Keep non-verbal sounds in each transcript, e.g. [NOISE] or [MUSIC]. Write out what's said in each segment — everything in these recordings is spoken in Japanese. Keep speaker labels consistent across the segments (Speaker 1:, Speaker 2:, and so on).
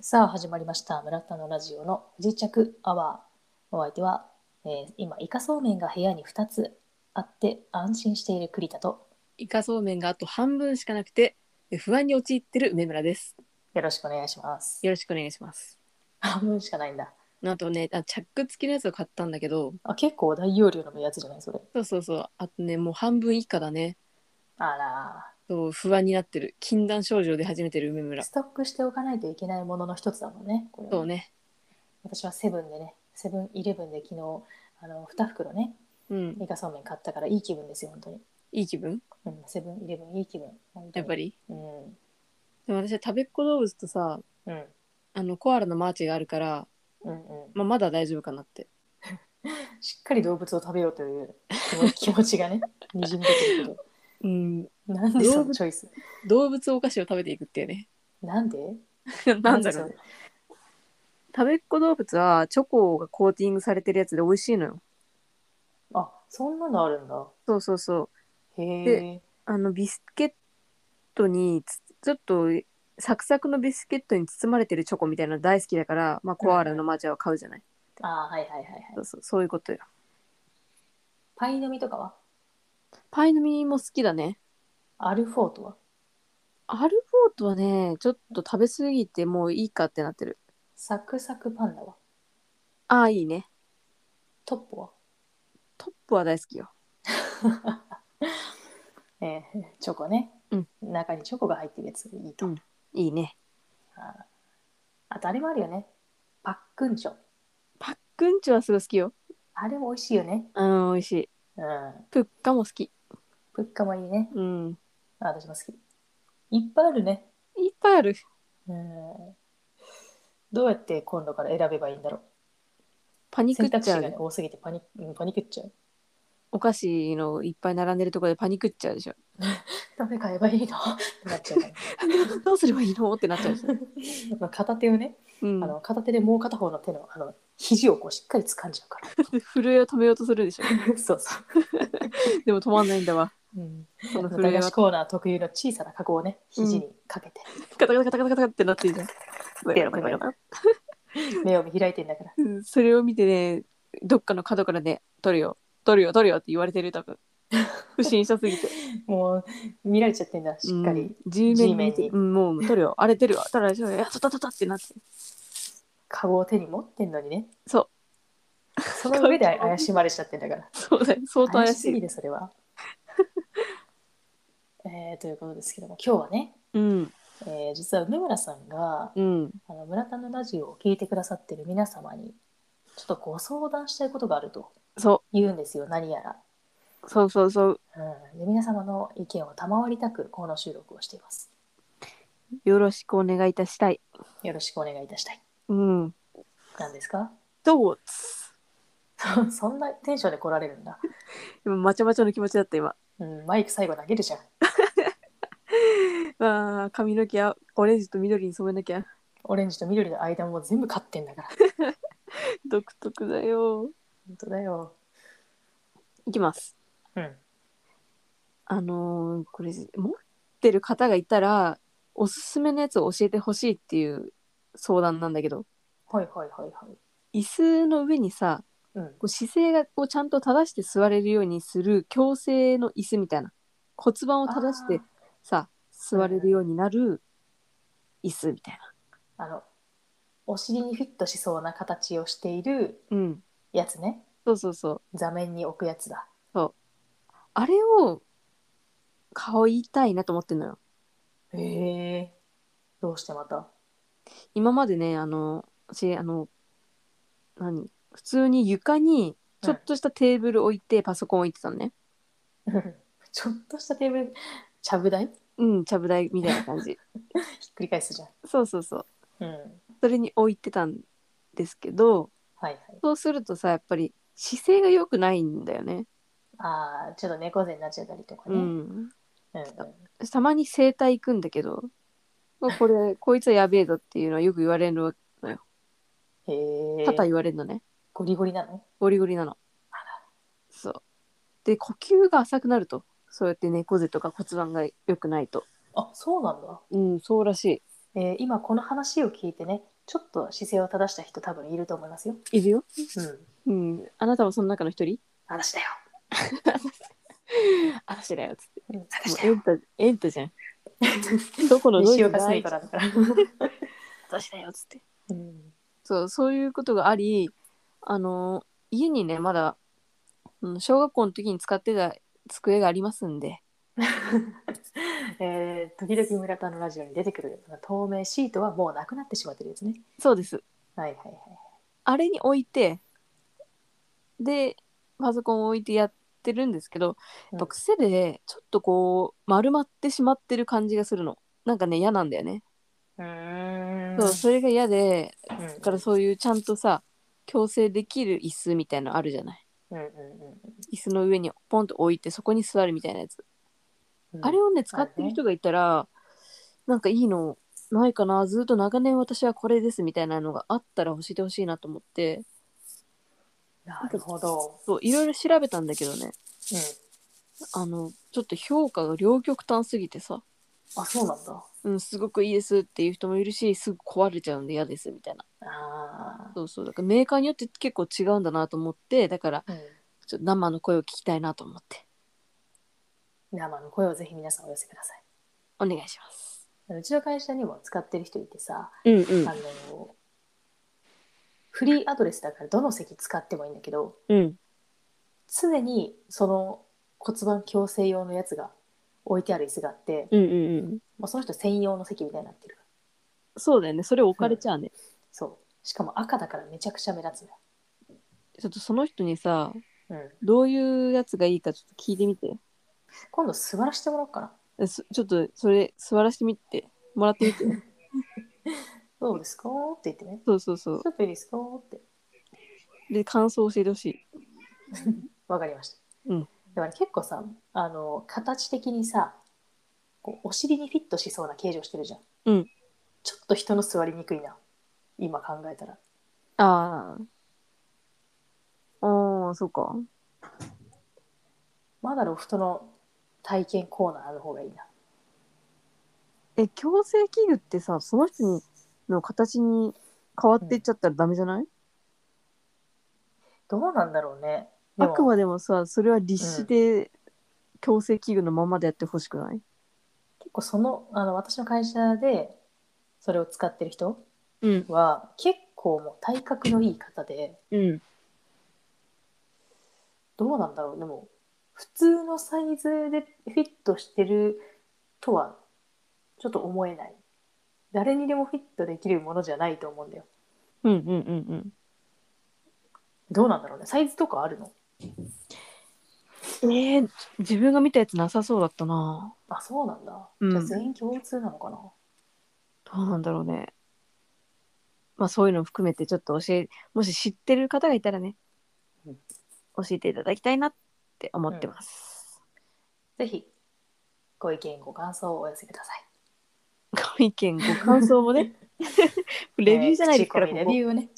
Speaker 1: さあ始まりました村田のラジオの不時着アワーお相手は、えー今イカそうめんが部屋に2つあって安心している栗田と
Speaker 2: イカそうめんがあと半分しかなくてえ不安に陥ってる梅村です。
Speaker 1: よろしくお願いします
Speaker 2: よろしくお願いします。
Speaker 1: 半分しかないんだ
Speaker 2: あとねあチャック付きのやつを買ったんだけど
Speaker 1: あ結構大容量のやつじゃないそれ
Speaker 2: そうそうそうあとねもう半分以下だね
Speaker 1: あ
Speaker 2: そう不安になってる禁断症状で始めてる梅
Speaker 1: ら
Speaker 2: 村
Speaker 1: ストックしておかないといけないものの一つだもんねこれは
Speaker 2: そうね
Speaker 1: 私はセブンでねセブンイレブンで昨日あの2袋ね
Speaker 2: うん
Speaker 1: イカそうめん買ったからいい気分ですよ本当に
Speaker 2: いい気分
Speaker 1: うんセブンイレブンいい気分本当に
Speaker 2: やっぱり
Speaker 1: うん
Speaker 2: でも私は食べっ子動物とさ
Speaker 1: うん
Speaker 2: あのコアラのマーチがあるから、
Speaker 1: うんうん
Speaker 2: まあ、まだ大丈夫かなって
Speaker 1: しっかり動物を食べようという気持 [LAUGHS] 気持ちがね、にじみ出てるけど。
Speaker 2: うん
Speaker 1: なんでそ
Speaker 2: 動
Speaker 1: の
Speaker 2: 物
Speaker 1: チョイス
Speaker 2: 動物お菓子を食べていくっていうね [LAUGHS]
Speaker 1: なんで
Speaker 2: なんだろうね
Speaker 1: で
Speaker 2: 食べっ子動物はチョコがコーティングされてるやつで美味しいのよ
Speaker 1: それあ、そんなのあるんだ。
Speaker 2: そうそうそう
Speaker 1: へえ
Speaker 2: で。あのビスケットにつちょっとサクサクのビスケットに包まれてるチョコみたいなの大好きだから、まあ、コアラのマーチャーを買うじゃない、
Speaker 1: あーはいはいはいはい。
Speaker 2: そうそうそういうことよ
Speaker 1: パイの実とかは
Speaker 2: パイの実も好きだね
Speaker 1: アルフォートは
Speaker 2: アルフォートはねちょっと食べ過ぎてもういいかってなってる
Speaker 1: サクサクパンダは
Speaker 2: ああいいね
Speaker 1: トッポは
Speaker 2: トップは大好きよ
Speaker 1: えー、 [LAUGHS] チョコね、
Speaker 2: うん
Speaker 1: 中にチョコが入ってるやついいと、
Speaker 2: うんいいね
Speaker 1: あーあとあれもあるよねパックンチョ
Speaker 2: パックンチョはすごい好きよ
Speaker 1: あれも美味しいよね
Speaker 2: うん美味しい
Speaker 1: うん
Speaker 2: プッカも好き
Speaker 1: プッカもいいね
Speaker 2: うん
Speaker 1: あ私も好きいっぱいあるね
Speaker 2: いっぱいある
Speaker 1: うんどうやって今度から選べばいいんだろ
Speaker 2: パ
Speaker 1: う
Speaker 2: ニク
Speaker 1: 選
Speaker 2: っ
Speaker 1: 択
Speaker 2: ち
Speaker 1: 肢
Speaker 2: ゃ
Speaker 1: が
Speaker 2: う、
Speaker 1: ね多すぎてパニうんパニクっちゃう
Speaker 2: お菓子のいっぱい並んでるところでパニクっちゃうで [LAUGHS] しょ
Speaker 1: どれ買えばいいのってなっちゃうから
Speaker 2: どうすればいいのってなっちゃうでしょ、
Speaker 1: まあ片手をね、
Speaker 2: うん
Speaker 1: あの片手でもう片方の手のあの肘をこうしっかり掴んじゃうか
Speaker 2: 震えを止めようとするでしょ [LAUGHS]
Speaker 1: らそうそ
Speaker 2: でも止まんないんだわ。
Speaker 1: う、うん、
Speaker 2: その震
Speaker 1: 駄
Speaker 2: え
Speaker 1: 菓子
Speaker 2: はカ
Speaker 1: コーナー特有の小さなカゴをね肘にかけて、
Speaker 2: タカタカタカタカタってなってるじゃん。
Speaker 1: ベロベロベロ目を見開いてんだから
Speaker 2: うんそれを見てね、どっかの角からね、取るよ、取るよ、取るよって言われてる多分。不審者す [LAUGHS] ぎて。
Speaker 1: もう見られちゃってんだしっかり、
Speaker 2: うん。G メン
Speaker 1: G メン
Speaker 2: に
Speaker 1: に。
Speaker 2: うん、もう取るよ、荒れてるわ、取るよ、取るよ、取たたたってなって。
Speaker 1: カゴを手に持ってんのにね
Speaker 2: そう
Speaker 1: その上で怪しまれちゃってんだから
Speaker 2: そうだよ、相当怪
Speaker 1: 怪し
Speaker 2: し
Speaker 1: すぎ
Speaker 2: い。
Speaker 1: るそれ
Speaker 2: [LAUGHS]
Speaker 1: は。えーということですけども今日はね、
Speaker 2: うん、
Speaker 1: えー実は梅村さんが
Speaker 2: うん。
Speaker 1: あの村田のラジオを聞いてくださってる皆様にちょっとご相談したいことがあると
Speaker 2: そ
Speaker 1: 言うんですよ何やら、
Speaker 2: う、そうそうそう。
Speaker 1: うんで。皆様の意見を賜りたくこの収録をしています。
Speaker 2: よろしくお願いいたしたい。
Speaker 1: よろしくお願いいたしたい。
Speaker 2: うん。
Speaker 1: なんですか [LAUGHS]
Speaker 2: どう
Speaker 1: そんなテンションで来られるんだ。
Speaker 2: 今、まちゃまちゃの気持ちだった、今。
Speaker 1: うん、マイク最後投げるじゃん。
Speaker 2: あー髪の毛はオレンジと緑に染めなきゃ。
Speaker 1: オレンジと緑の間も全部勝ってんだから。
Speaker 2: 独特だよ。
Speaker 1: 本当だよ。
Speaker 2: いきます。
Speaker 1: うん。
Speaker 2: あのーこれ持ってる方がいたらおすすめのやつを教えてほしいっていう相談なんだけど
Speaker 1: はいはいはいはい。
Speaker 2: 椅子の上にさ
Speaker 1: うん。
Speaker 2: こう姿勢がこうちゃんと正して座れるようにする矯正の椅子みたいな骨盤を正してさ座れるようになる椅子みたいな。
Speaker 1: あのお尻にフィットしそうな形をしている
Speaker 2: うん、
Speaker 1: やつね
Speaker 2: そうそうそう
Speaker 1: 座面に置くやつだ
Speaker 2: あれを買いたいなと思ってんのよ。
Speaker 1: へえどうしてまた
Speaker 2: 今までねあの私あの何普通に床にちょっとしたテーブル置いてパソコン置いてたのね
Speaker 1: うん [LAUGHS] ちょっとしたテーブルちゃぶ台ひ
Speaker 2: うんちゃぶ台みたいな感じ
Speaker 1: っくり返すじゃん
Speaker 2: そうそうそう
Speaker 1: うん
Speaker 2: それに置いてたんですけど
Speaker 1: はいはい
Speaker 2: そうするとさやっぱり姿勢が良くないんだよね
Speaker 1: ああちょっと猫背になっちゃったりとか
Speaker 2: う
Speaker 1: ね、うん
Speaker 2: ん
Speaker 1: うん、
Speaker 2: 私たまに整体行くんだけどこれ [LAUGHS] こいつはやべえぞっていうのはよく言われるの
Speaker 1: へえ
Speaker 2: 多々言われるのね
Speaker 1: ゴリゴリなの
Speaker 2: ゴリゴリなのそうで呼吸が浅くなるとそうやって猫背とか骨盤が良くないと
Speaker 1: あそうなんだ
Speaker 2: うん、そうらしい。
Speaker 1: えー今この話を聞いてねちょっと姿勢を正した人多分いると思いますよ。
Speaker 2: いるよ。
Speaker 1: うん、
Speaker 2: うん。あなたはその中の一 [LAUGHS] 人
Speaker 1: 嵐だよ。
Speaker 2: 嵐だよっつって。
Speaker 1: うん、
Speaker 2: も
Speaker 1: 嵐だ
Speaker 2: うエ
Speaker 1: よ。
Speaker 2: ンタ、エンタ [LAUGHS] じゃん。どこのどうい
Speaker 1: 西
Speaker 2: う
Speaker 1: 岡澄子
Speaker 2: 嵐
Speaker 1: だから。
Speaker 2: だよっつって。
Speaker 1: [LAUGHS] うん
Speaker 2: そう、そういうことがあり、あの、家にね、まだ、うん小学校の時に使ってた机がありますんで、
Speaker 1: [LAUGHS] えー、時々村田のラジオに出てくる透明シートはもうなくなってしまってるやつね。
Speaker 2: そうです。
Speaker 1: はいはいはい。
Speaker 2: あれに置いて、で、パソコンを置いてやってるんですけど、やっぱ癖で、ちょっとこう、丸まってしまってる感じがするの。なんかね、嫌なんだよね。
Speaker 1: うーん
Speaker 2: そう、それが嫌で、
Speaker 1: うん
Speaker 2: だからそういうちゃんとさ、矯正できる椅子みたいなのあるじゃない。
Speaker 1: うんうんうん
Speaker 2: 椅子の上にポンと置いて、そこに座るみたいなやつ。
Speaker 1: うん。
Speaker 2: あれをね、使ってる人がいたら、なんかいいのないかな、ずっと長年私はこれですみたいなのがあったら教えてほしいなと思って、
Speaker 1: なるほど。
Speaker 2: そう、いろいろ調べたんだけどね、
Speaker 1: うん。
Speaker 2: あの、ちょっと評価が両極端すぎてさ、
Speaker 1: あ、そうなんだ。
Speaker 2: うん、すごくいいですっていう人もいるし、すぐ壊れちゃうんで嫌ですみたいな。
Speaker 1: あ
Speaker 2: そうそう、だからメーカーによって結構違うんだなと思って、だから、
Speaker 1: あ、うん。
Speaker 2: ちょっと生の声を聞きたいなと思って、
Speaker 1: 生の声をぜひ皆さんお寄せくださ
Speaker 2: お願いします。
Speaker 1: い。うちの会社にも使ってる人いてさ、
Speaker 2: うんうん
Speaker 1: あの、フリーアドレスだからどの席使ってもいいんだけど、
Speaker 2: うん。
Speaker 1: 常にその骨盤矯正用のやつが置いてある椅子があって、
Speaker 2: うんうんうん。
Speaker 1: もうその人専用の席みたいになってる。
Speaker 2: そうだよね、それ置かれちゃうね。
Speaker 1: そう。しかも赤だからめちゃくちゃ目立つの
Speaker 2: ちょっとその人にさ、
Speaker 1: よ。うん。
Speaker 2: どういうやつがいいかちょっと聞いてみて。
Speaker 1: 今度座らしてもらおうかな。
Speaker 2: えすちょっとそれ座らせてみて、もらってみ [LAUGHS] て。
Speaker 1: どうですかって言ってね。
Speaker 2: そうそうそ
Speaker 1: ちょっといいですかって。
Speaker 2: う。で、感想を教えてほしい。
Speaker 1: わかりました。
Speaker 2: うん
Speaker 1: だから結構さ、あの、形的にさ、こうお尻にフィットしそうな形状してるじゃん。
Speaker 2: うん
Speaker 1: ちょっと人の座りにくいな。今考えたら。
Speaker 2: ああ。ああ、そうか。
Speaker 1: まだロフトの体験コーナーある方がいいな。
Speaker 2: え、矯正器具ってさ、その人にの形に変わってっちゃったらダメじゃない、
Speaker 1: どうなんだろうね。で
Speaker 2: あ
Speaker 1: も
Speaker 2: くまでもさ、それは立志で矯正器具のままでやってほしくない、
Speaker 1: 結構その、あの、私の会社で、それを使ってる人
Speaker 2: うん、
Speaker 1: は、結構もう体格のいい方で、
Speaker 2: うん。
Speaker 1: どうなんだろうでも普通のサイズでフィットしてるとはちょっと思えない誰にでもフィットできるものじゃないと思うんだよ
Speaker 2: うんうんうんうん。
Speaker 1: どうなんだろうねサイズとかあるの
Speaker 2: えー、自分が見たやつなさそうだったな。
Speaker 1: あそうなんだ、
Speaker 2: うん
Speaker 1: じゃあ全員共通なのかな
Speaker 2: どうなんだろうね。まあそういうのも含めてちょっと教え、もし知ってる方がいたらね、
Speaker 1: うん
Speaker 2: 教えていただきたいなって思ってます。
Speaker 1: ぜひご意見ご感想をお寄せください
Speaker 2: ご意見、ご感想もね、 [LAUGHS] レビューじゃないですから、
Speaker 1: え
Speaker 2: こ
Speaker 1: ー口コミ
Speaker 2: こ
Speaker 1: レビューを
Speaker 2: [LAUGHS]
Speaker 1: ね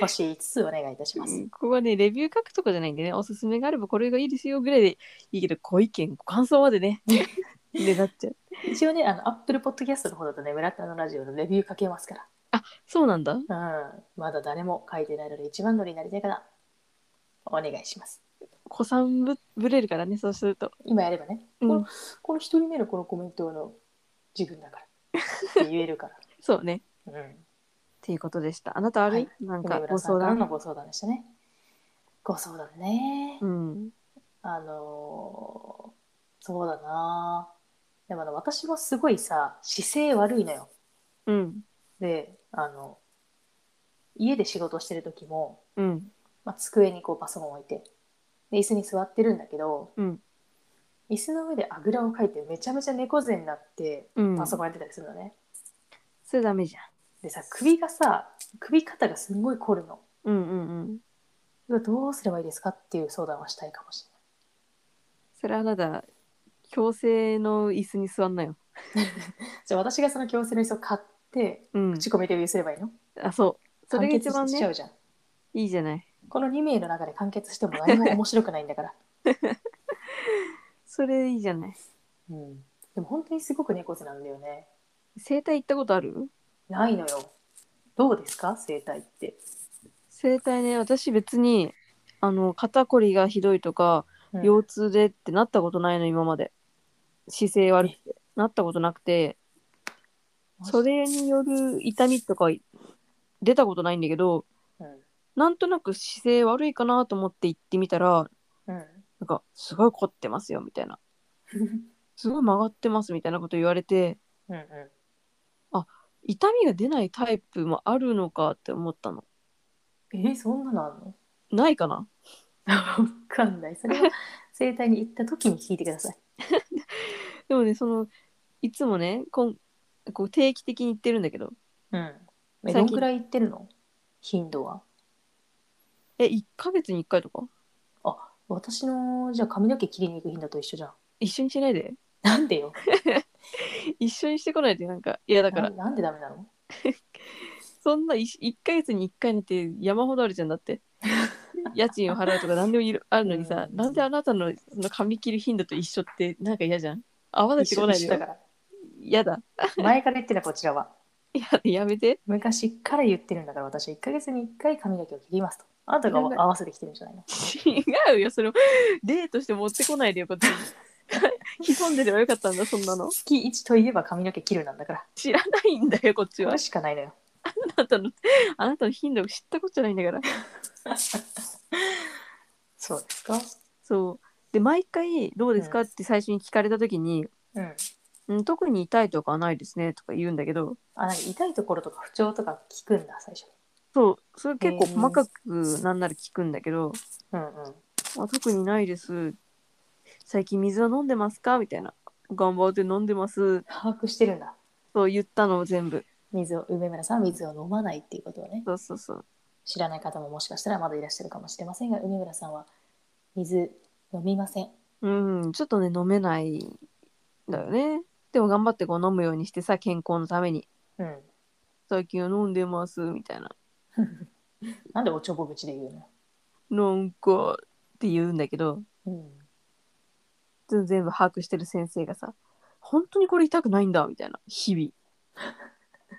Speaker 1: 星5つお願いいたしま
Speaker 2: う
Speaker 1: す
Speaker 2: んここはね、レビュー書くとかじゃないんでね、おすすめがあればこれがいいですよぐらいでいいけど、ご意見、ご感想までね、でなっちゃう。
Speaker 1: 一応ねあのアップルポッドキャストの方だとね村田のラジオのレビューかけますか
Speaker 2: そうなんだ。
Speaker 1: らうんまだ誰も書いてないので一番乗りになりたいからお願いします
Speaker 2: 子さんぶぶれるからね、そうすると。
Speaker 1: 今やればね、
Speaker 2: うん
Speaker 1: このこの一人目のこのコメントの自分だからって言える
Speaker 2: [LAUGHS]
Speaker 1: から、
Speaker 2: そうね。
Speaker 1: うん、
Speaker 2: っていうことでした。あなたあれ、
Speaker 1: はい
Speaker 2: なん
Speaker 1: 米
Speaker 2: か
Speaker 1: 村
Speaker 2: ご
Speaker 1: さ
Speaker 2: 相
Speaker 1: んから
Speaker 2: 談。
Speaker 1: のご相談でしたねご相談ね、
Speaker 2: うん。
Speaker 1: あのーそうだなでもあの私もすごいさ姿勢悪いのよ
Speaker 2: うん。
Speaker 1: であの家で仕事してる時も、
Speaker 2: うん。
Speaker 1: まあ、机にこうパソコン置いてで椅子に座ってるんだけど
Speaker 2: うん。
Speaker 1: 椅子の上であぐらをかいてめちゃめちゃ猫背になって
Speaker 2: うん。
Speaker 1: パソコンやってたりするのね、
Speaker 2: それダメじゃん。
Speaker 1: でさ首がさ首肩がすんごい凝るの
Speaker 2: うんうんうん。
Speaker 1: うわどうすればいいですかっていう相談はしたいかもし
Speaker 2: それはあなた、強制の椅子に座んなよ。
Speaker 1: れないじゃあ私がその矯正の椅子を買って
Speaker 2: うん。
Speaker 1: 口コミレビューすればいいの
Speaker 2: あ、そう。それが一番
Speaker 1: 完結しちゃ
Speaker 2: ね、
Speaker 1: うじゃん
Speaker 2: いいじゃない。
Speaker 1: この2名の中で完結しても何も面白くないんだから、
Speaker 2: それいいじゃない。
Speaker 1: うん、でも本当にすごく猫背なんだよね
Speaker 2: 整体行ったことある
Speaker 1: ないのよ。どうですか整体って。
Speaker 2: 整体ね私別にあの肩こりがひどいとか、
Speaker 1: うん
Speaker 2: 腰痛でってなったことないの今まで姿勢悪くてなったことなくてそれによる痛みとか出たことないんだけど
Speaker 1: うん
Speaker 2: なんとなく姿勢悪いかなと思って行ってみたら
Speaker 1: う。
Speaker 2: なんかすごい凝ってますよみたいなんすごい曲がってますみたいなこと言われて
Speaker 1: うんう
Speaker 2: 痛みが出ないタイプもあるのかって思ったの
Speaker 1: ん。え、そんなのあんの
Speaker 2: ないかな
Speaker 1: わかんない。それは整体に行った時に聞いてください。
Speaker 2: でもねそのいつもねこんこう定期的に行ってるんだけど
Speaker 1: うん。え
Speaker 2: 最
Speaker 1: ど
Speaker 2: 近
Speaker 1: んくらい行ってるの頻度は。
Speaker 2: え1ヶ月に1回とか
Speaker 1: 私の、じゃあ髪の毛切りに行く頻度と一緒じゃん。
Speaker 2: 一緒にしないで
Speaker 1: なんでよ。
Speaker 2: 一緒にしてこないでなんかいやだから
Speaker 1: ななんでダメなの
Speaker 2: そんな 1, ヶ月に1回なんて山ほどあるじゃんだって
Speaker 1: [LAUGHS]
Speaker 2: 家賃を払うとか何でもいるあるのにさ、
Speaker 1: うん
Speaker 2: なんであなたのその髪切る頻度と一緒ってなんか嫌じゃん泡立
Speaker 1: 一
Speaker 2: てて
Speaker 1: 緒
Speaker 2: こな
Speaker 1: にし
Speaker 2: いで
Speaker 1: た
Speaker 2: よ
Speaker 1: から。
Speaker 2: 嫌だ
Speaker 1: 前から言ってたこちらは。
Speaker 2: いややめて
Speaker 1: 昔から言ってるんだから私は1ヶ月に1回髪の毛を切りますと。あなたが合わ合わせてきてるんじゃないの
Speaker 2: 違うよそれを例として持ってこないでよこっちに [LAUGHS] 潜んでればよかったんだそんなの
Speaker 1: 月1といえば髪の毛切るなんだから。
Speaker 2: 知らないんだよこっち
Speaker 1: こ
Speaker 2: は
Speaker 1: れしかないのよ。
Speaker 2: あなたのあなたの頻度を知ったことじゃないんだから
Speaker 1: そうですか
Speaker 2: そうで毎回どうですか
Speaker 1: う
Speaker 2: って最初に聞かれた時に、
Speaker 1: うん。
Speaker 2: うん、特に痛いとかはないですねとか言うんだけど
Speaker 1: あ、何痛いところとか不調とか聞くんだ、最初に。
Speaker 2: そうそれ結構細かくなんなら聞くんだけど、
Speaker 1: うんうん。
Speaker 2: あ特にないです最近水は飲んでますかみたいな頑張って飲んでます
Speaker 1: 把握してるんだ。
Speaker 2: そう言ったのを全部
Speaker 1: 水を、梅村さんは水を飲まないっていうことをね。
Speaker 2: そうそうそう
Speaker 1: 知らない方ももしかしたらまだいらっしゃるかもしれませんが、梅村さんは水飲みません。
Speaker 2: うん、ちょっとね、飲めないんだよね。でも頑張ってこう飲むようにしてさ、健康のために。
Speaker 1: うん。
Speaker 2: 最近は飲んでます、みたいな。
Speaker 1: なんでおちょぼ口で言うの
Speaker 2: なんかって言うんだけど、
Speaker 1: うん。
Speaker 2: 全部把握してる先生がさ、本当にこれ痛くないんだ、みたいな。日
Speaker 1: [LAUGHS]
Speaker 2: 々。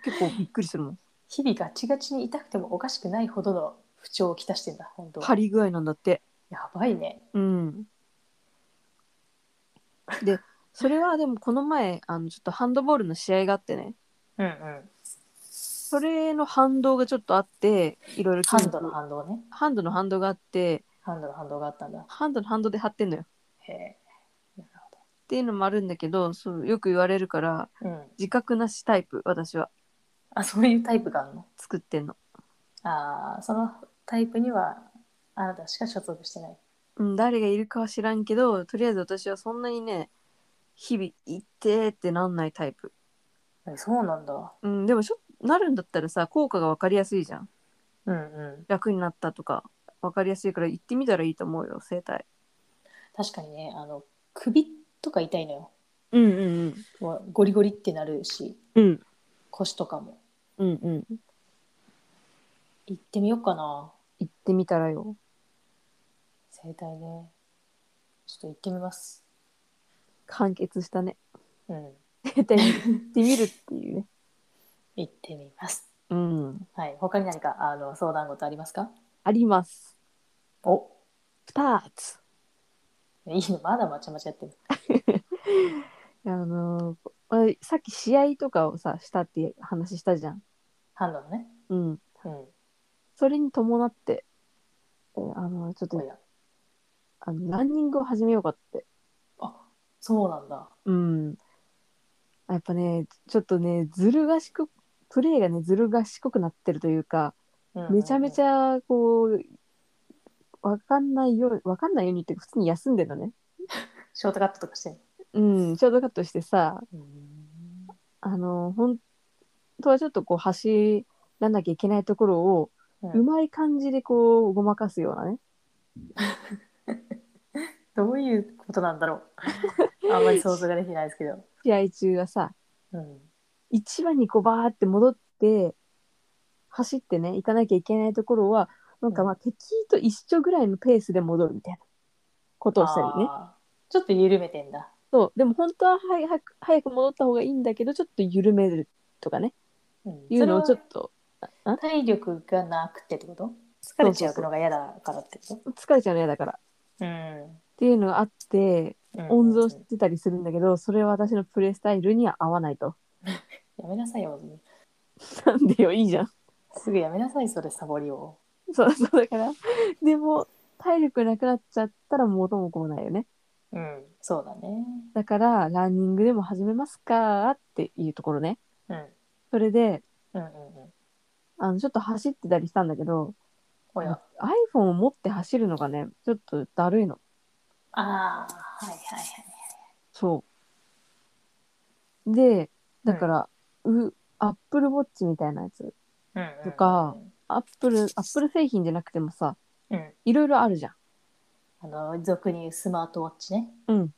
Speaker 2: 結構びっくりするもん。
Speaker 1: 日々ガチガチに痛くてもおかしくないほどの不調をきたしてんだ本当は
Speaker 2: 張り具合なんだって。
Speaker 1: やばいね
Speaker 2: うん。で、それはでもこの前、あの、ちょっとハンドボールの試合があってね、
Speaker 1: うんうん
Speaker 2: それの反動がちょっとあって、いろいろ
Speaker 1: ハンドの反動ね
Speaker 2: ハンドの反動があって、
Speaker 1: ハンドの反動があったんだ
Speaker 2: ハンドのハンドで貼ってんのよ。っ
Speaker 1: へえなる
Speaker 2: ていうのもあるんだけどそうよく言われるから
Speaker 1: ほどうん
Speaker 2: 自覚なしタイプ私は
Speaker 1: あそういうタイプがあるの
Speaker 2: 作ってんの。
Speaker 1: あーそのタイプにはあなたしか所属してない
Speaker 2: うん、誰がいるかは知らんけどとりあえず私はそんなにね日々行ってってなんないタイプ。
Speaker 1: えそうなんだ
Speaker 2: うん、でもしょなるんだったらさ効果が分かりやすいじゃん
Speaker 1: うんうん
Speaker 2: 楽になったとか分かりやすいから行ってみたらいいと思うよ整体。
Speaker 1: 確かにねあの首とか痛いのよ
Speaker 2: うんうん
Speaker 1: もうゴリゴリってなるし
Speaker 2: うんうん
Speaker 1: 腰とかも
Speaker 2: うんうん
Speaker 1: 行ってみようかな
Speaker 2: 行ってみたらよ。
Speaker 1: 整体ねちょっと行ってみます
Speaker 2: 完結したね。
Speaker 1: うん
Speaker 2: 整体に行ってみるっていう [LAUGHS] ね。
Speaker 1: 行ってみます
Speaker 2: うん。
Speaker 1: はい、他に何かあの相談事ありますか？
Speaker 2: あります。
Speaker 1: お、
Speaker 2: 2つ。 [LAUGHS]
Speaker 1: いいのまだまちまちやってる。
Speaker 2: あのーあれさっき試合とかをさしたって話したじゃん。
Speaker 1: ハンドのね。
Speaker 2: うん。
Speaker 1: うん。
Speaker 2: それに伴って、えーあのーちょっと
Speaker 1: お
Speaker 2: ね
Speaker 1: や、
Speaker 2: あのランニングを始めようかって。
Speaker 1: あ、そうなんだ。
Speaker 2: うん。あやっぱね、ちょっとね、ずる賢く、プレーがね、ずる賢くなってるというか、
Speaker 1: うん
Speaker 2: めちゃめち
Speaker 1: ゃ。
Speaker 2: ゃ、こう、わかんないよう、わかんないようにっていうか、普通に休んでるのね。
Speaker 1: ショートカットとかしてる。
Speaker 2: うん、ショートカットしてさ、
Speaker 1: うん。
Speaker 2: あのー本当はちょっとこう、走らなきゃいけないところを、うまい感じでこうごまかすようなね
Speaker 1: どういうことなんだろう。 [LAUGHS] あんまり想像ができないですけど。
Speaker 2: 試合中はさ
Speaker 1: うん。
Speaker 2: 一番にこうバーって戻って走ってね行かなきゃいけないところはなんかまあ敵と一緒ぐらいのペースで戻るみたいなことをしたりね
Speaker 1: あーちょっと緩めてんだ。
Speaker 2: そうでも本当は早く早く戻った方がいいんだけどちょっと緩めるとかね
Speaker 1: うん
Speaker 2: いうのをちょっ
Speaker 1: そ
Speaker 2: と
Speaker 1: れは体力がなくてってこと疲れちゃうのが嫌だからってこと
Speaker 2: 疲れちゃうの嫌だからっ
Speaker 1: うん
Speaker 2: ていうのがあって
Speaker 1: うん
Speaker 2: 温存してたりするんだけどそれは私のプレイスタイルには合わないと
Speaker 1: やめなさいよ
Speaker 2: [LAUGHS] なんでよいいじゃん
Speaker 1: すぐやめなさいそれサボりを
Speaker 2: そうそうだからでも体力なくなっちゃったら元も子もないよね
Speaker 1: うんそうだね
Speaker 2: だからランニングでも始めますかっていうところね
Speaker 1: うん
Speaker 2: それで
Speaker 1: うんうんうん
Speaker 2: あのちょっと走ってたりしたんだけど
Speaker 1: おや
Speaker 2: iPhone を持って走るのがねちょっとだるいの
Speaker 1: ああはいはいはい
Speaker 2: そうでだから、う Apple Watch みたいなやつ
Speaker 1: うんうん
Speaker 2: とか Apple, Apple 製品じゃなくてもさ
Speaker 1: うん
Speaker 2: いろいろあるじゃん
Speaker 1: あの俗に言うスマートウォッチね
Speaker 2: うん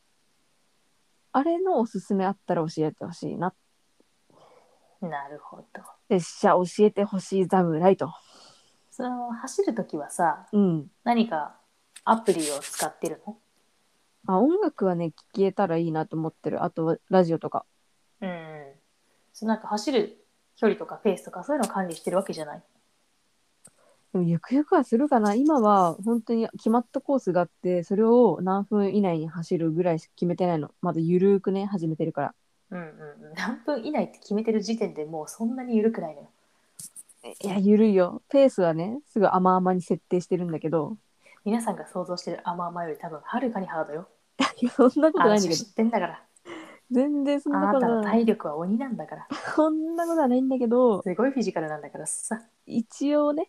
Speaker 2: あれのおすすめあったら教えてほしいなっ
Speaker 1: なるほど
Speaker 2: てっしゃ教えてほしい侍と
Speaker 1: その走るときはさ
Speaker 2: うん
Speaker 1: 何かアプリを使ってるの
Speaker 2: あ音楽はね聞けたらいいなと思ってるあとラジオとか
Speaker 1: うんうんそのなんか走る距離とかペースとかそういうのを管理してるわけじゃない
Speaker 2: でもゆくゆくはするかな今は本当に決まったコースがあってそれを何分以内に走るぐらいしか決めてないのまだゆるーくね始めてるから
Speaker 1: うんうんうん何分以内って決めてる時点でもうそんなに緩くないのよ
Speaker 2: いやゆるいよペースはねすぐ甘々に設定してるんだけど
Speaker 1: 皆さんが想像してる甘々より多分はるかにハードよ
Speaker 2: いやそんなこと
Speaker 1: あ
Speaker 2: ない
Speaker 1: の
Speaker 2: ん
Speaker 1: 人
Speaker 2: だけど
Speaker 1: 知ってんだから
Speaker 2: 全然そん
Speaker 1: あ
Speaker 2: な
Speaker 1: な
Speaker 2: こ
Speaker 1: た
Speaker 2: と
Speaker 1: の
Speaker 2: ない
Speaker 1: 体力は鬼なんだから
Speaker 2: そんなことはないんだけど
Speaker 1: すごいフィジカルなんだからさ、
Speaker 2: 一応ね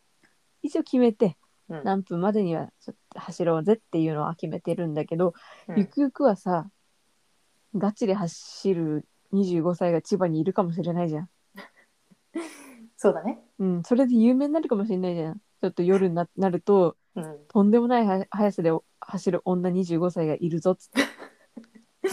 Speaker 2: 一応決めて
Speaker 1: うんうん
Speaker 2: 何分までにはちょっと走ろうぜっていうのは決めてるんだけどゆくゆくはさガチで走る25歳が千葉にいるかもしれないじゃん。
Speaker 1: そうだね
Speaker 2: うん、それで有名になるかもしれないじゃん。ちょっと夜にななると
Speaker 1: うん
Speaker 2: とんでもないは速さでお走る女25歳がいるぞっつって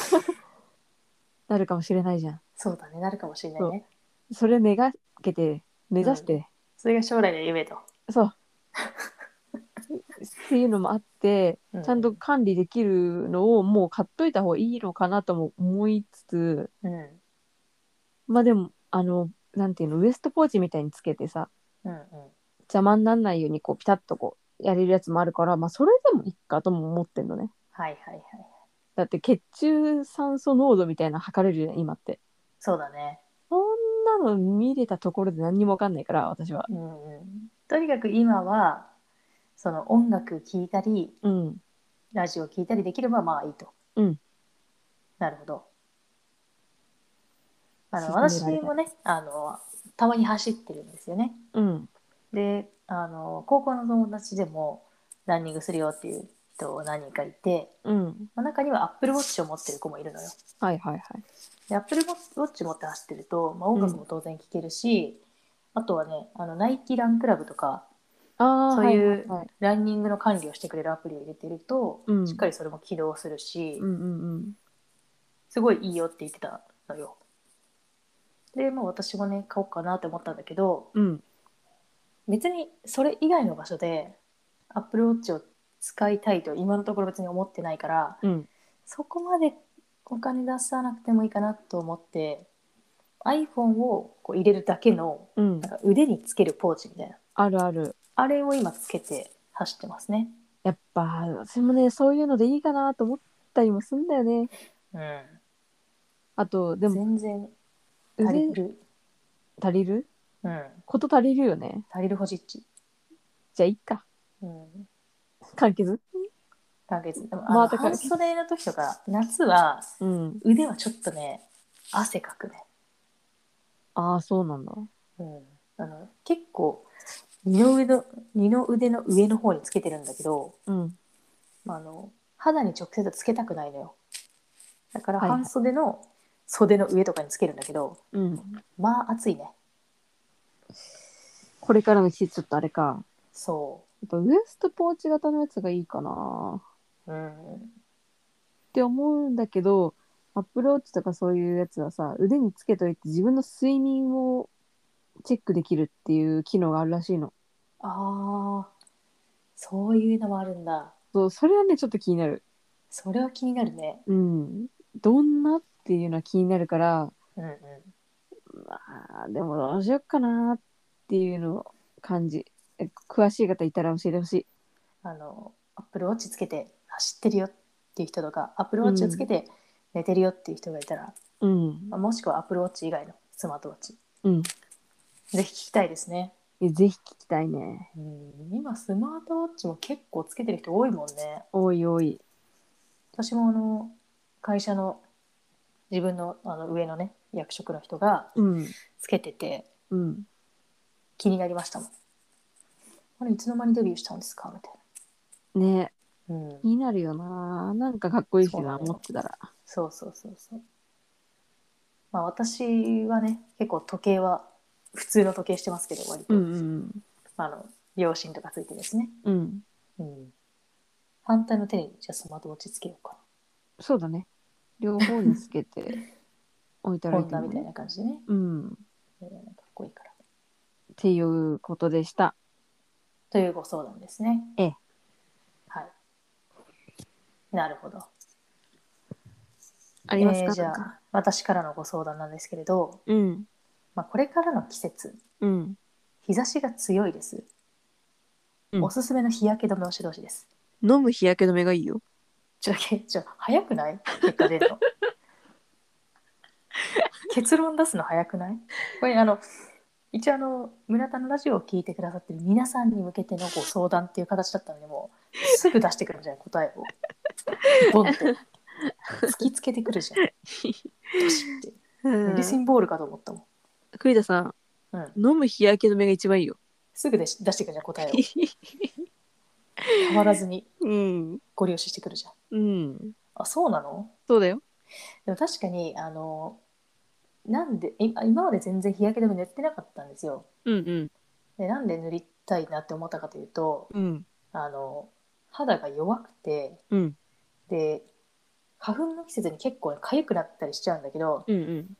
Speaker 2: なるかもしれないじゃん。
Speaker 1: そうだねなるかもしれないね
Speaker 2: それめがけて目指して、
Speaker 1: それが将来の夢と、
Speaker 2: そう。っていうのもあって
Speaker 1: う
Speaker 2: ちゃんと管理できるのをもう買っといた方がいいのかなとも思いつつ
Speaker 1: うん
Speaker 2: まあでもあのなんていうのウエストポーチみたいにつけてさ
Speaker 1: うんうん
Speaker 2: 邪魔にならないようにこうピタッとこうやれるやつもあるからまあそれでもいいかとも思ってんのね
Speaker 1: はいはいはい
Speaker 2: だって血中酸素濃度みたいなの測れるじゃん今って
Speaker 1: そうだね
Speaker 2: そんなの見れたところで何にも分かんないから私は
Speaker 1: うんうんとにかく今はその音楽聴いたり
Speaker 2: うん
Speaker 1: ラジオ聴いたりできればまあいいと
Speaker 2: うん
Speaker 1: なるほどあの
Speaker 2: 進
Speaker 1: 私
Speaker 2: められた
Speaker 1: もねあのたまに走ってるんですよね
Speaker 2: うん
Speaker 1: であの高校の友達でもランニングするよっていう人何人かいて、
Speaker 2: うん
Speaker 1: まあ、中にはアップルウォッチを持ってる子もいるのよ。
Speaker 2: はいはいはい
Speaker 1: でアップルウォッチ持って走ってると、まあ、音楽も当然聴けるし、あとはねあのナイキランクラブとか
Speaker 2: ああ
Speaker 1: そういう
Speaker 2: はいはいはい
Speaker 1: ランニングの管理をしてくれるアプリを入れてると、
Speaker 2: うん
Speaker 1: しっかりそれも起動するし、
Speaker 2: うんうんうん
Speaker 1: すごいいいよって言ってたのよ。で、まあ、私もね買おうかなって思ったんだけど
Speaker 2: うん
Speaker 1: 別にそれ以外の場所でアップルウォッチを使いたいと今のところ別に思ってないから
Speaker 2: うん
Speaker 1: そこまでお金出さなくてもいいかなと思って iPhone をこう入れるだけの
Speaker 2: うん
Speaker 1: なんか腕につけるポーチみたいな
Speaker 2: あるある
Speaker 1: あれを今つけて走ってますね。
Speaker 2: やっぱ私もねそういうのでいいかなと思ったりもすんだよね
Speaker 1: うん、
Speaker 2: あとでも
Speaker 1: 全然足り
Speaker 2: 腕
Speaker 1: る、
Speaker 2: 足りる
Speaker 1: うん、
Speaker 2: こと足りるよね。
Speaker 1: 足りるほじっち、
Speaker 2: じゃあ、いっか。
Speaker 1: うん、
Speaker 2: 完結
Speaker 1: 完結でもあ
Speaker 2: まあ
Speaker 1: の
Speaker 2: だから
Speaker 1: 半袖の時とか夏は
Speaker 2: うん。
Speaker 1: 腕はちょっとね汗かくね、
Speaker 2: ああ、そうなんだ。
Speaker 1: うん、あの結構二の腕の二の腕の上の方につけてるんだけど
Speaker 2: うん。
Speaker 1: まああの肌に直接つけたくないのよだから
Speaker 2: はいはい
Speaker 1: 半袖の袖の上とかにつけるんだけど、
Speaker 2: うん。
Speaker 1: まあ暑いね
Speaker 2: これからの季節ちょっとあれか。
Speaker 1: そ
Speaker 2: やっぱウエストポーチ型のやつがいいかな
Speaker 1: ううん
Speaker 2: って思うんだけど、アップローチとかそういうやつはさ、腕につけといて自分の睡眠をチェックできるっていう機能があるらしいの。
Speaker 1: あーそういうのもあるんだ
Speaker 2: そう、それはね、ちょっと気になる。
Speaker 1: それは気になるね
Speaker 2: うん。どんなっていうのは気になるから
Speaker 1: うんうん。
Speaker 2: まあでもどうしよっかなっていうのを感じえ詳しい方いたら教えてほしい
Speaker 1: あの、アップルウォッチつけて走ってるよっていう人とか、アップルウォッチをつけて寝てるよっていう人がいたら、
Speaker 2: うん
Speaker 1: まあもしくはアップルウォッチ以外のスマートウォッチ、
Speaker 2: うん
Speaker 1: ぜひ聞きたいですね。
Speaker 2: えぜひ聞きたいね
Speaker 1: うん、今スマートウォッチも結構つけてる人多いもんね。
Speaker 2: おいおい
Speaker 1: 私もあの会社の自分のあの上のね役職の人が
Speaker 2: うん
Speaker 1: つけてて
Speaker 2: うん
Speaker 1: 気になりましたもん。あれいつの間にデビューしたんですかみたい
Speaker 2: ね
Speaker 1: な。うん
Speaker 2: 気、になるよななんかかっこいいしな
Speaker 1: そうなのよ
Speaker 2: 持ってたら
Speaker 1: そうそうそうそう。まあ私はね結構時計は普通の時計してますけど割と、
Speaker 2: うん
Speaker 1: あの両親とかついてですね。
Speaker 2: うんうん
Speaker 1: うん、反対の手にじゃあスマートウォッチつけようか
Speaker 2: そうだね両方につけて [LAUGHS] 置いた
Speaker 1: な。
Speaker 2: ら
Speaker 1: こ
Speaker 2: いい
Speaker 1: んなみたい
Speaker 2: な
Speaker 1: な感じでね。
Speaker 2: うん
Speaker 1: うんかっこいいから。
Speaker 2: っていうことでした
Speaker 1: というご相談ですね。
Speaker 2: ええ
Speaker 1: はい。なるほど。
Speaker 2: ありますか、
Speaker 1: えーじゃあ、私からのご相談なんですけれど、
Speaker 2: うん
Speaker 1: まあ、これからの季節、
Speaker 2: うん
Speaker 1: 日差しが強いです。
Speaker 2: うん
Speaker 1: おすすめの日焼け止めを指導しです。
Speaker 2: 飲む日焼け止めがいいよ
Speaker 1: ちょ、けちょ、早くない結果出るの。結論出すの早くないこれ、あの、一応あの、村田のラジオを聞いてくださってる皆さんに向けてのご相談っていう形だったので、もう、すぐ出してくるじゃん、答えを。ボンって。突きつけてくるじゃん。ドシッて。メディシンボールかと思ったも
Speaker 2: 栗田さん
Speaker 1: ん。うん。
Speaker 2: 飲む日焼け止めが一番いいよ。
Speaker 1: すぐでし出してくるじゃん、答えを。変わらずに
Speaker 2: [LAUGHS] うん。
Speaker 1: ご了承してくるじゃん。
Speaker 2: うん。
Speaker 1: あ、そうなの
Speaker 2: そうだよ。
Speaker 1: でも確かに、あの、なんで、い今まで全然日焼け止め塗ってなかったんですよ。
Speaker 2: うん
Speaker 1: で、なんで塗りたいなって思ったかというと、
Speaker 2: うん。うん。
Speaker 1: あの、肌が弱くて、
Speaker 2: うん。
Speaker 1: で、花粉の季節に結構痒くなったりしちゃうんだけど、
Speaker 2: うんうん。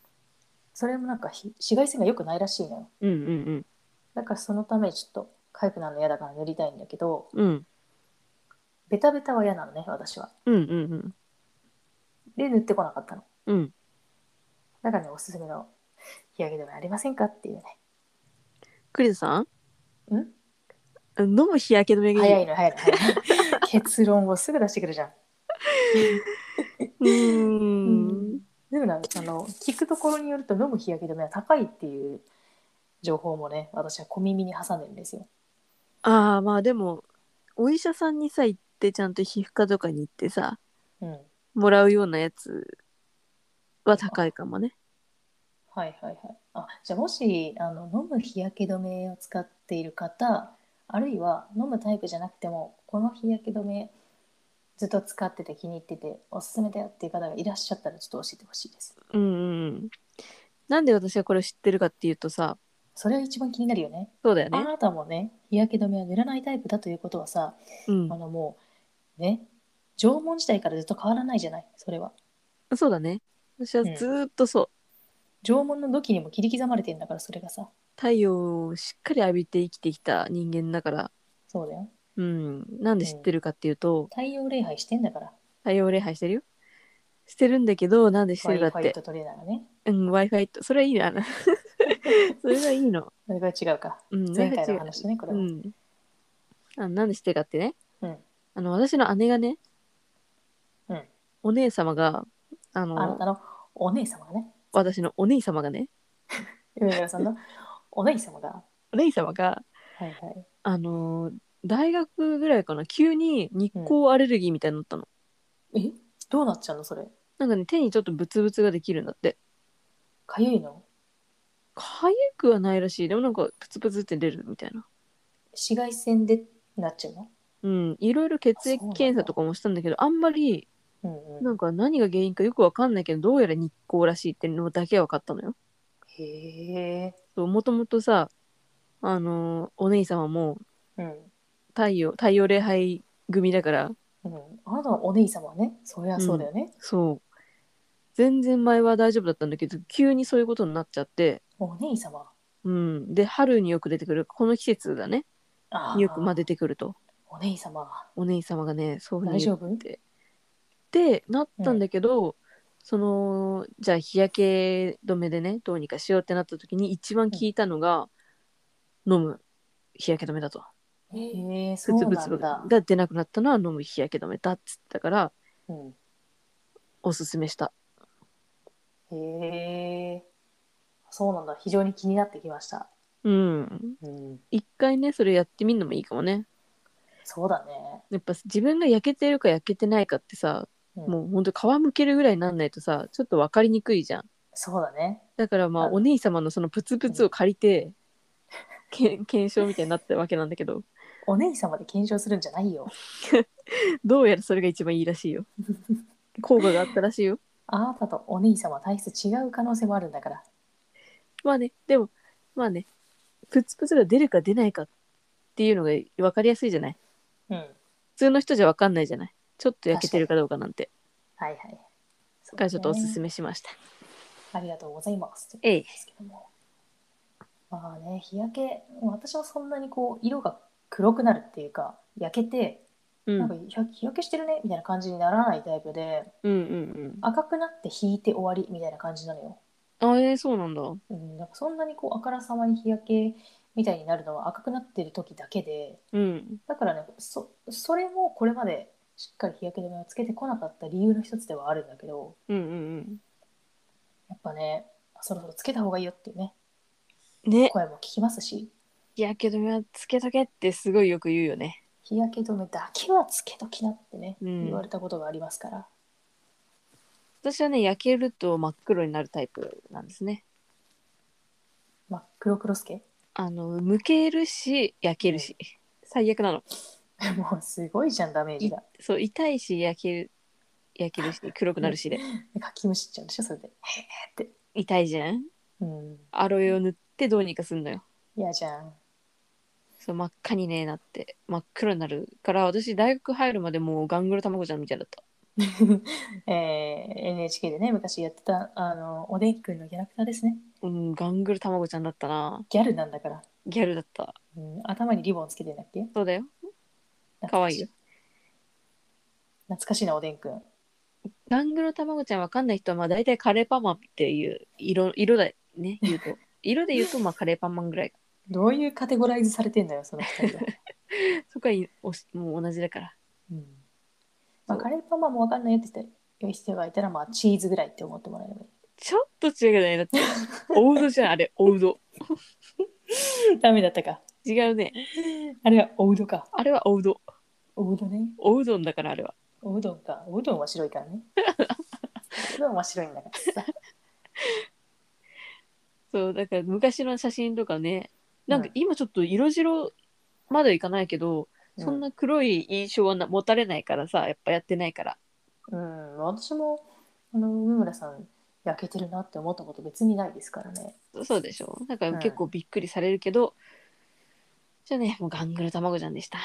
Speaker 1: それもなんかひ紫外線が良くないらしいのよ。
Speaker 2: うんうん
Speaker 1: だからそのためちょっと痒くなるの嫌だから塗りたいんだけど、
Speaker 2: うん。うん。
Speaker 1: ベタベタは嫌なのね、私は。
Speaker 2: うんうんうん。
Speaker 1: で、塗ってこなかったの。
Speaker 2: うん。
Speaker 1: だからね、おすすめの日焼け止めありませんかっていうね。
Speaker 2: 栗田さん
Speaker 1: ん
Speaker 2: 飲む日焼け止めがいい。
Speaker 1: 早いの早いの早いの結論をすぐ出してくるじゃん。
Speaker 2: うん。
Speaker 1: でもなあの聞くところによると飲む日焼け止めは高いっていう情報もね私は小耳に挟んでるんですよ。
Speaker 2: ああ、まあでも、お医者さんにさ、行って、ちゃんと皮膚科とかに行ってさ、
Speaker 1: うん、はい
Speaker 2: もらうようなやつは高いかもね。
Speaker 1: はいはい。あじゃあもしあの飲む日焼け止めを使っている方あるいは飲むタイプじゃなくてもこの日焼け止めずっと使ってて気に入ってておすすめだよっていう方がいらっしゃったらちょっと教えてほしいです。
Speaker 2: うんうんうん。なんで私がこれを知ってるかっていうとさ、
Speaker 1: それが一番気になるよね。
Speaker 2: そうだよ
Speaker 1: あ
Speaker 2: ね。
Speaker 1: なたもね日焼け止めは塗らないタイプだということはさ
Speaker 2: うん
Speaker 1: あ。のもうね縄文時代からずっと変わらないじゃないそれは
Speaker 2: そうだね。私はずーっとそう。
Speaker 1: 縄文の土器にも切り刻まれてんだからそれがさ
Speaker 2: 太陽をしっかり浴びて生きてきた人間だから、
Speaker 1: そうだよ
Speaker 2: うん、なんで知ってるかっていうと、
Speaker 1: 太陽礼拝してんだから
Speaker 2: 太陽礼拝してるよしてるんだけどなんでしてる
Speaker 1: w
Speaker 2: か
Speaker 1: i
Speaker 2: っ
Speaker 1: f
Speaker 2: て
Speaker 1: i とトレーナーがね
Speaker 2: うん w i f i とそれはいいな [LAUGHS] それがいいの、
Speaker 1: それが違うか
Speaker 2: うん、
Speaker 1: 前
Speaker 2: Wi-Fi
Speaker 1: 回
Speaker 2: 違
Speaker 1: の
Speaker 2: う
Speaker 1: 話ねこれ
Speaker 2: う
Speaker 1: は、
Speaker 2: ん、あなんでしてるかってね、
Speaker 1: うん
Speaker 2: あの私の姉がね、
Speaker 1: うん
Speaker 2: お姉様があの
Speaker 1: あなたのお姉様がね
Speaker 2: 私のお姉様がね
Speaker 1: 梅村
Speaker 2: [LAUGHS]
Speaker 1: さんのお姉様が
Speaker 2: お姉様が
Speaker 1: はいはい
Speaker 2: あの大学ぐらいかな急に日光アレルギーみたいになったの、
Speaker 1: えどうなっちゃうのそれ
Speaker 2: なんかね手にちょっとブツブツができるんだって
Speaker 1: かゆいの
Speaker 2: かゆくはないらしいでもなんかプツプツって出るみたいな
Speaker 1: 紫外線でなっちゃうの
Speaker 2: うんいろいろ血液検査とかもしたんだけどあんまり
Speaker 1: うんう
Speaker 2: なんんか何が原因かよくわかんないけどどうやら日光らしいってのだけは分かったのよ
Speaker 1: へえ
Speaker 2: そうもともとさあのーお姉様も
Speaker 1: うん
Speaker 2: 太陽太陽礼拝組だから
Speaker 1: うん、あなたのお姉様はねそりゃそうだよね、
Speaker 2: そう全然前は大丈夫だったんだけど急にそういうことになっちゃって
Speaker 1: お姉様
Speaker 2: うんで春によく出てくるこの季節だね
Speaker 1: あー
Speaker 2: よくまあ出てくると
Speaker 1: お姉様
Speaker 2: お姉様がねそういうふうに
Speaker 1: 大
Speaker 2: 言
Speaker 1: 丈
Speaker 2: っ
Speaker 1: 夫
Speaker 2: てなったんだけど、そのじゃあ日焼け止めでねどうにかしようってなった時に一番効いたのが、飲む日焼け止めだと。
Speaker 1: へえ
Speaker 2: ブ
Speaker 1: そう
Speaker 2: ツブ
Speaker 1: な
Speaker 2: ツ
Speaker 1: んだ。
Speaker 2: が出なくなったのは飲む日焼け止めだっつったから
Speaker 1: うん、
Speaker 2: おすすめした。
Speaker 1: へえそうなんだ非常に気になってきました。
Speaker 2: うん。
Speaker 1: うん、
Speaker 2: 一回ねそれやってみるのもいいかもね。
Speaker 1: そうだね。
Speaker 2: やっぱ自分が焼けてるか焼けてないかってさ、
Speaker 1: うん
Speaker 2: もうほんと皮むけるぐらいになんないとさちょっと分かりにくいじゃん
Speaker 1: そうだね。
Speaker 2: だからまあ
Speaker 1: うん
Speaker 2: お姉様のそのプツプツを借りて、け [LAUGHS] ん検証みたいになったわけなんだけど
Speaker 1: お姉様で検証するんじゃないよ。
Speaker 2: どうやらそれが一番いいら [LAUGHS] しいよ効果があったらしいよ
Speaker 1: あなたとお兄様は体質違う可能性もあるんだから。
Speaker 2: まあねでもまあねプツプツが出るか出ないかっていうのが分かりやすいじゃない
Speaker 1: うん。はい
Speaker 2: 普通の人じゃ分かんないじゃないちょっと焼けてるかどうかなんて
Speaker 1: はい。そう
Speaker 2: だか
Speaker 1: だ
Speaker 2: ら
Speaker 1: ね
Speaker 2: ちょっとおすすめしました、
Speaker 1: ありがとうございます。
Speaker 2: ええ
Speaker 1: ですけども。まあね、日焼け、私はそんなにこう、色が黒くなるっていうか、焼けて、
Speaker 2: う
Speaker 1: なんんか日焼日焼けしてるねみたいな感じにならないタイプで、
Speaker 2: うんうん
Speaker 1: 赤くなって引いて終わりみたいな感じなのよ。
Speaker 2: うんあええそうなんだ
Speaker 1: うん、なんかそんなにこう、あからさまに日焼けみたいになるのは赤くなってる時だけで、
Speaker 2: うん
Speaker 1: だからね、そそれもこれまでしっかり日焼け止めをつけてこなかった理由の一つではあるんだけど、
Speaker 2: うんうん
Speaker 1: やっぱね、そろそろつけた方がいいよっていうね、
Speaker 2: うんね
Speaker 1: 声も聞きますし。
Speaker 2: 日焼け止めはつけとけってすごいよく言うよね
Speaker 1: 日焼け止めだけはつけときなってね、
Speaker 2: うん
Speaker 1: 言われたことがありますから
Speaker 2: 私はね焼けると真っ黒になるタイプなんですね
Speaker 1: まあ黒黒助 [LAUGHS]
Speaker 2: あのむけるし焼けるし最悪なの
Speaker 1: もうすごいじゃんダメージが
Speaker 2: そう痛いし焼ける焼けるし黒くなるしで
Speaker 1: かきむしっちゃうんでしょそれでへえって
Speaker 2: 痛いじゃん
Speaker 1: うん
Speaker 2: アロエを塗ってどうにかすんのよ
Speaker 1: 嫌じゃん
Speaker 2: そう真っ赤にねなって真っ黒になるから私大学入るまでもうガングロ卵ちゃんみたいだった
Speaker 1: えー、NHK でね昔やってたあのおでんくんのキャラクターですね
Speaker 2: うんガングロ卵ちゃんだったな
Speaker 1: ギャルなんだから、
Speaker 2: ギャルだった
Speaker 1: うん、頭にリボンつけてんだっけ
Speaker 2: そうだよ
Speaker 1: 懐
Speaker 2: 可愛
Speaker 1: し
Speaker 2: いよ
Speaker 1: 懐かしいなおでんくん
Speaker 2: ガングロ卵ちゃんわかんない人はまあ大体カレーパンマンっていう色色だね言う [LAUGHS] と色で言うとまあカレーパンマンぐらい
Speaker 1: どういうカテゴライズされてんだよその2人は、
Speaker 2: [LAUGHS] そこはいおしもう同じだから
Speaker 1: うんまあ、カレーパンマンもわかんないよって言って人がいたらまあチーズぐらいって思ってもらえればいい
Speaker 2: ちょっと違うよねだってオウドじゃんあれオウド
Speaker 1: [LAUGHS] ダメだったか。
Speaker 2: 違うね
Speaker 1: あれはおうどか。
Speaker 2: あれはオウド
Speaker 1: おうどね。
Speaker 2: オウドんだからあれは
Speaker 1: おうどんか。おうどんは白いから
Speaker 2: [LAUGHS]
Speaker 1: ね。おうどんは白いんだからさ。
Speaker 2: そうだから昔の写真とかねなんか
Speaker 1: うん
Speaker 2: 今ちょっと色白まではいかないけど、 [LAUGHS] そんな黒い印象はな持たれないからさやっぱやってないから
Speaker 1: うん、うん私も、あの、梅村さん、焼けてるなって思ったこと別にないですからね。
Speaker 2: そうでしょだから
Speaker 1: うん
Speaker 2: 結構びっくりされるけど、じゃあねもうガングル卵ちゃんでした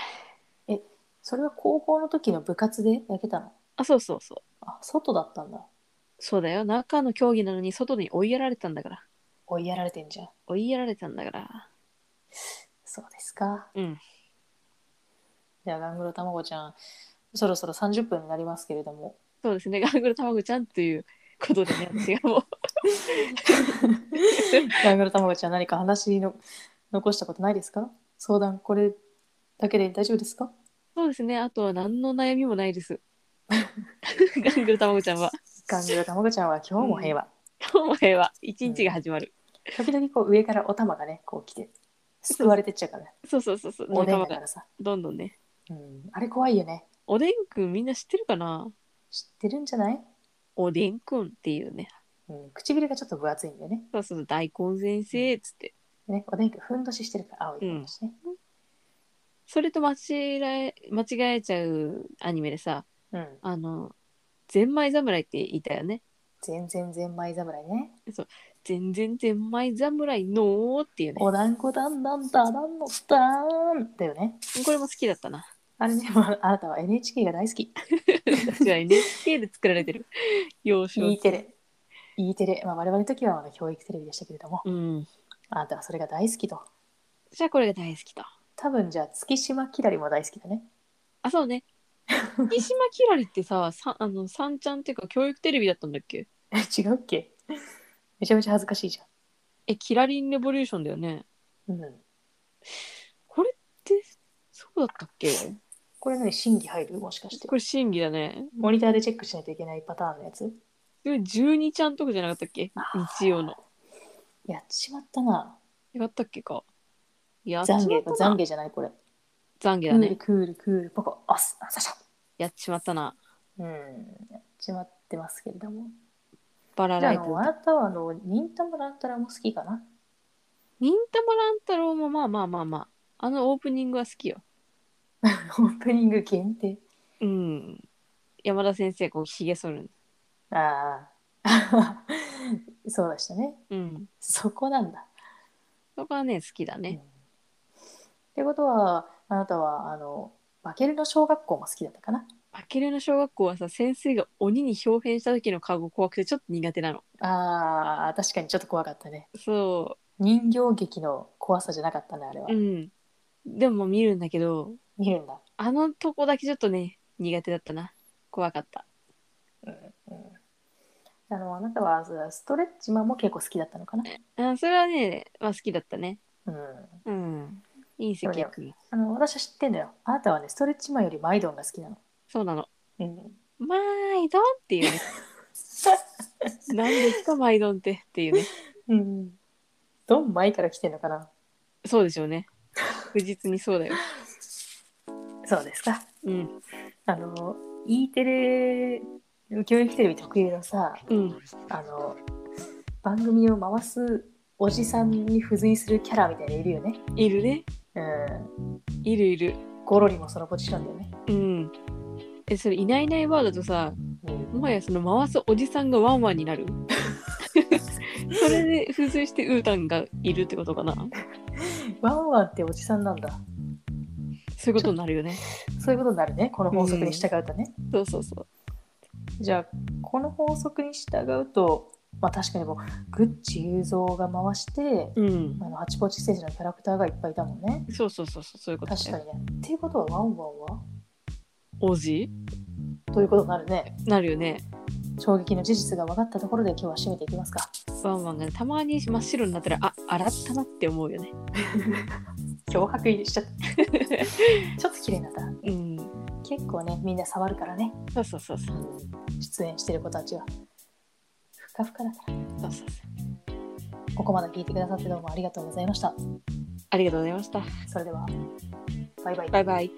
Speaker 1: それは高校の時の部活で焼けたの。
Speaker 2: あそうそうそう
Speaker 1: あ、外だったんだ。
Speaker 2: そうだよ中の競技なのに外に追いやられたんだから
Speaker 1: 追いやられてんじゃん。
Speaker 2: 追いやられたんだから
Speaker 1: そうですか。
Speaker 2: うん
Speaker 1: じゃあ、ガングロたまごちゃん、そろそろ30分になりますけれども。
Speaker 2: そうですねガングル卵ちゃんというこ
Speaker 1: [LAUGHS]
Speaker 2: とでね私がもう
Speaker 1: ガングロたまごちゃん、何か話の残したことないですか相談、これだけで大丈夫ですか
Speaker 2: そうですねあとは何の悩みもないですガングル卵ちゃんは
Speaker 1: ガングロたまごちゃんは今日も平和。
Speaker 2: お前は一日が始まる、
Speaker 1: 時々こう上からお玉がね、こう来て、救われてっちゃうからね。
Speaker 2: そうそうそうそう
Speaker 1: おでん
Speaker 2: 仲間
Speaker 1: だか
Speaker 2: が
Speaker 1: らさ。
Speaker 2: どんどんね
Speaker 1: うん、あれ怖いよね。
Speaker 2: おでんくんみんな知ってるかな
Speaker 1: 知ってるんじゃない、
Speaker 2: おでんくんっていうね
Speaker 1: うん、唇がちょっと分厚いんだよね。
Speaker 2: そうそう大根先生っつって
Speaker 1: でねおでんくんふんどししてるから青いふんどしね。
Speaker 2: それと間違え間違えちゃうアニメでさ
Speaker 1: うん。
Speaker 2: あのゼンマイ侍って言いたよね
Speaker 1: 全然ゼンマイ侍ね。
Speaker 2: 全然ゼンマイ侍のーっていうね
Speaker 1: お団子だんだんだだんのだーんだよね。
Speaker 2: これも好きだったな
Speaker 1: あれね、もうあなたは NHK が大好き。
Speaker 2: 私は NHK で作られてる幼少
Speaker 1: E テレ。E テレ。まあ我々の時はまだ教育テレビでしたけれども、
Speaker 2: うん
Speaker 1: あなたはそれが大好きと。
Speaker 2: じゃあこれが大好きと
Speaker 1: 多分じゃあ月島きらりも大好きだね。 [LAUGHS]
Speaker 2: あそうね月島きらりってささあの三ちゃんっていうか教育テレビだったんだっけ
Speaker 1: え違うっけめちゃめちゃ恥ずかしいじ
Speaker 2: え、キラリンレボリューションだよね。
Speaker 1: ゃん。うん。
Speaker 2: これって、そうだったっけ
Speaker 1: これね、審議入るもしかして
Speaker 2: こ。れ審議だね。
Speaker 1: モニターでチェックしないといけないパターンのやつ
Speaker 2: で12ちゃんとかじゃなかったっけ日曜の。
Speaker 1: やっちまったな。
Speaker 2: 違ったっけか。やっちまった
Speaker 1: 懺悔、懺
Speaker 2: な。
Speaker 1: 悔じゃないこれ。
Speaker 2: 懺悔
Speaker 1: クー
Speaker 2: だ
Speaker 1: ル、
Speaker 2: ね。
Speaker 1: クール、クール、ポコ、アス、サシャ。
Speaker 2: やっちまったな。
Speaker 1: うん。やっちまってますけれども。
Speaker 2: バラ
Speaker 1: じゃあ、
Speaker 2: ラ
Speaker 1: あ
Speaker 2: イブ。
Speaker 1: のあなたは、あの、忍たま乱太郎も好きかな [LAUGHS]
Speaker 2: 忍たま乱太郎もまあまあまあまあ。あのオープニングは好きよ。
Speaker 1: オープニング限定。
Speaker 2: うん。山田先生、こう、ひげ剃る。
Speaker 1: ああ。 [LAUGHS] そうでしたね。
Speaker 2: うん。
Speaker 1: そこなんだ。
Speaker 2: そこはね、好きだ
Speaker 1: うん
Speaker 2: ね。
Speaker 1: ってことは、あなたは、あの、バケルの小学校も好きだったかな
Speaker 2: バケレの小学校はさ、先生が鬼に表変した時の顔が怖くてちょっと苦手なの。
Speaker 1: ああ、確かにちょっと怖かったね。
Speaker 2: そ
Speaker 1: 人形劇の怖さじゃなかったね、あれは。
Speaker 2: う。うん。でも見るんだけど、
Speaker 1: 見るんだ。
Speaker 2: あのとこだけちょっとね、苦手だったな。怖かった。
Speaker 1: あの、あなたは、そうだストレッチマンも結構好きだったのかな
Speaker 2: あそれはね、まあ好きだったね。
Speaker 1: うん。
Speaker 2: うん。隕石君。
Speaker 1: あの、私は知ってんのよ。あなたはね、ストレッチマンよりマイドンが好きなの。
Speaker 2: そうなの。
Speaker 1: うん。
Speaker 2: マイドンっていうね。何ですか、マイドンってっていうね。
Speaker 1: うん。ドンマイから来てんのかな
Speaker 2: そうでしょ
Speaker 1: [LAUGHS]
Speaker 2: うね。確実にそうだよ。
Speaker 1: そうですか。
Speaker 2: うん。
Speaker 1: あの、E テレ、教育テレビ特有のさ、
Speaker 2: うん。
Speaker 1: あの、番組を回すおじさんに付随するキャラみたいなのいるよね。
Speaker 2: いるね。
Speaker 1: うん。
Speaker 2: いるいる。
Speaker 1: ゴロリもそのポジションだよね。
Speaker 2: うん。え、それ、いないいないワードとさ、
Speaker 1: うん。
Speaker 2: もはやその回すおじさんがワンワンに
Speaker 1: [LAUGHS]
Speaker 2: なる。それで付随してウータンがいるってことかな。
Speaker 1: ワンワンっておじさんなんだ。
Speaker 2: そういうことになるよね。
Speaker 1: そういうことになるね。この法則に従うとね。
Speaker 2: そうそうそう。
Speaker 1: じゃあこの法則に従うと、まあ、確かにもうグッチ雄三が回して、
Speaker 2: うん。
Speaker 1: あのハチポチステージのキャラクターがいっぱいいたもんね。
Speaker 2: そうそうそうそう、そういうこと
Speaker 1: 確
Speaker 2: だ
Speaker 1: か
Speaker 2: よ。
Speaker 1: にね。っていうことはワンワンは
Speaker 2: おじ
Speaker 1: ということになるね。
Speaker 2: なるよね。
Speaker 1: 衝撃の事実が分かったところで今日は締めていきますか。
Speaker 2: ワンワンがたまに真っ白になったら、あ、洗ったなって思うよね。
Speaker 1: 脅迫入れしちゃった。 [LAUGHS] ちょっと綺麗になった。
Speaker 2: うん。
Speaker 1: 結構ね、みんな触るからね。
Speaker 2: そうそうそうそう。
Speaker 1: 出演してる子たちは。ふかふかだから。
Speaker 2: そうそうそう。
Speaker 1: ここまで聞いてくださってどうもありがとうございました。
Speaker 2: ありがとうございました。
Speaker 1: それでは、バイバイ。
Speaker 2: バイバイ。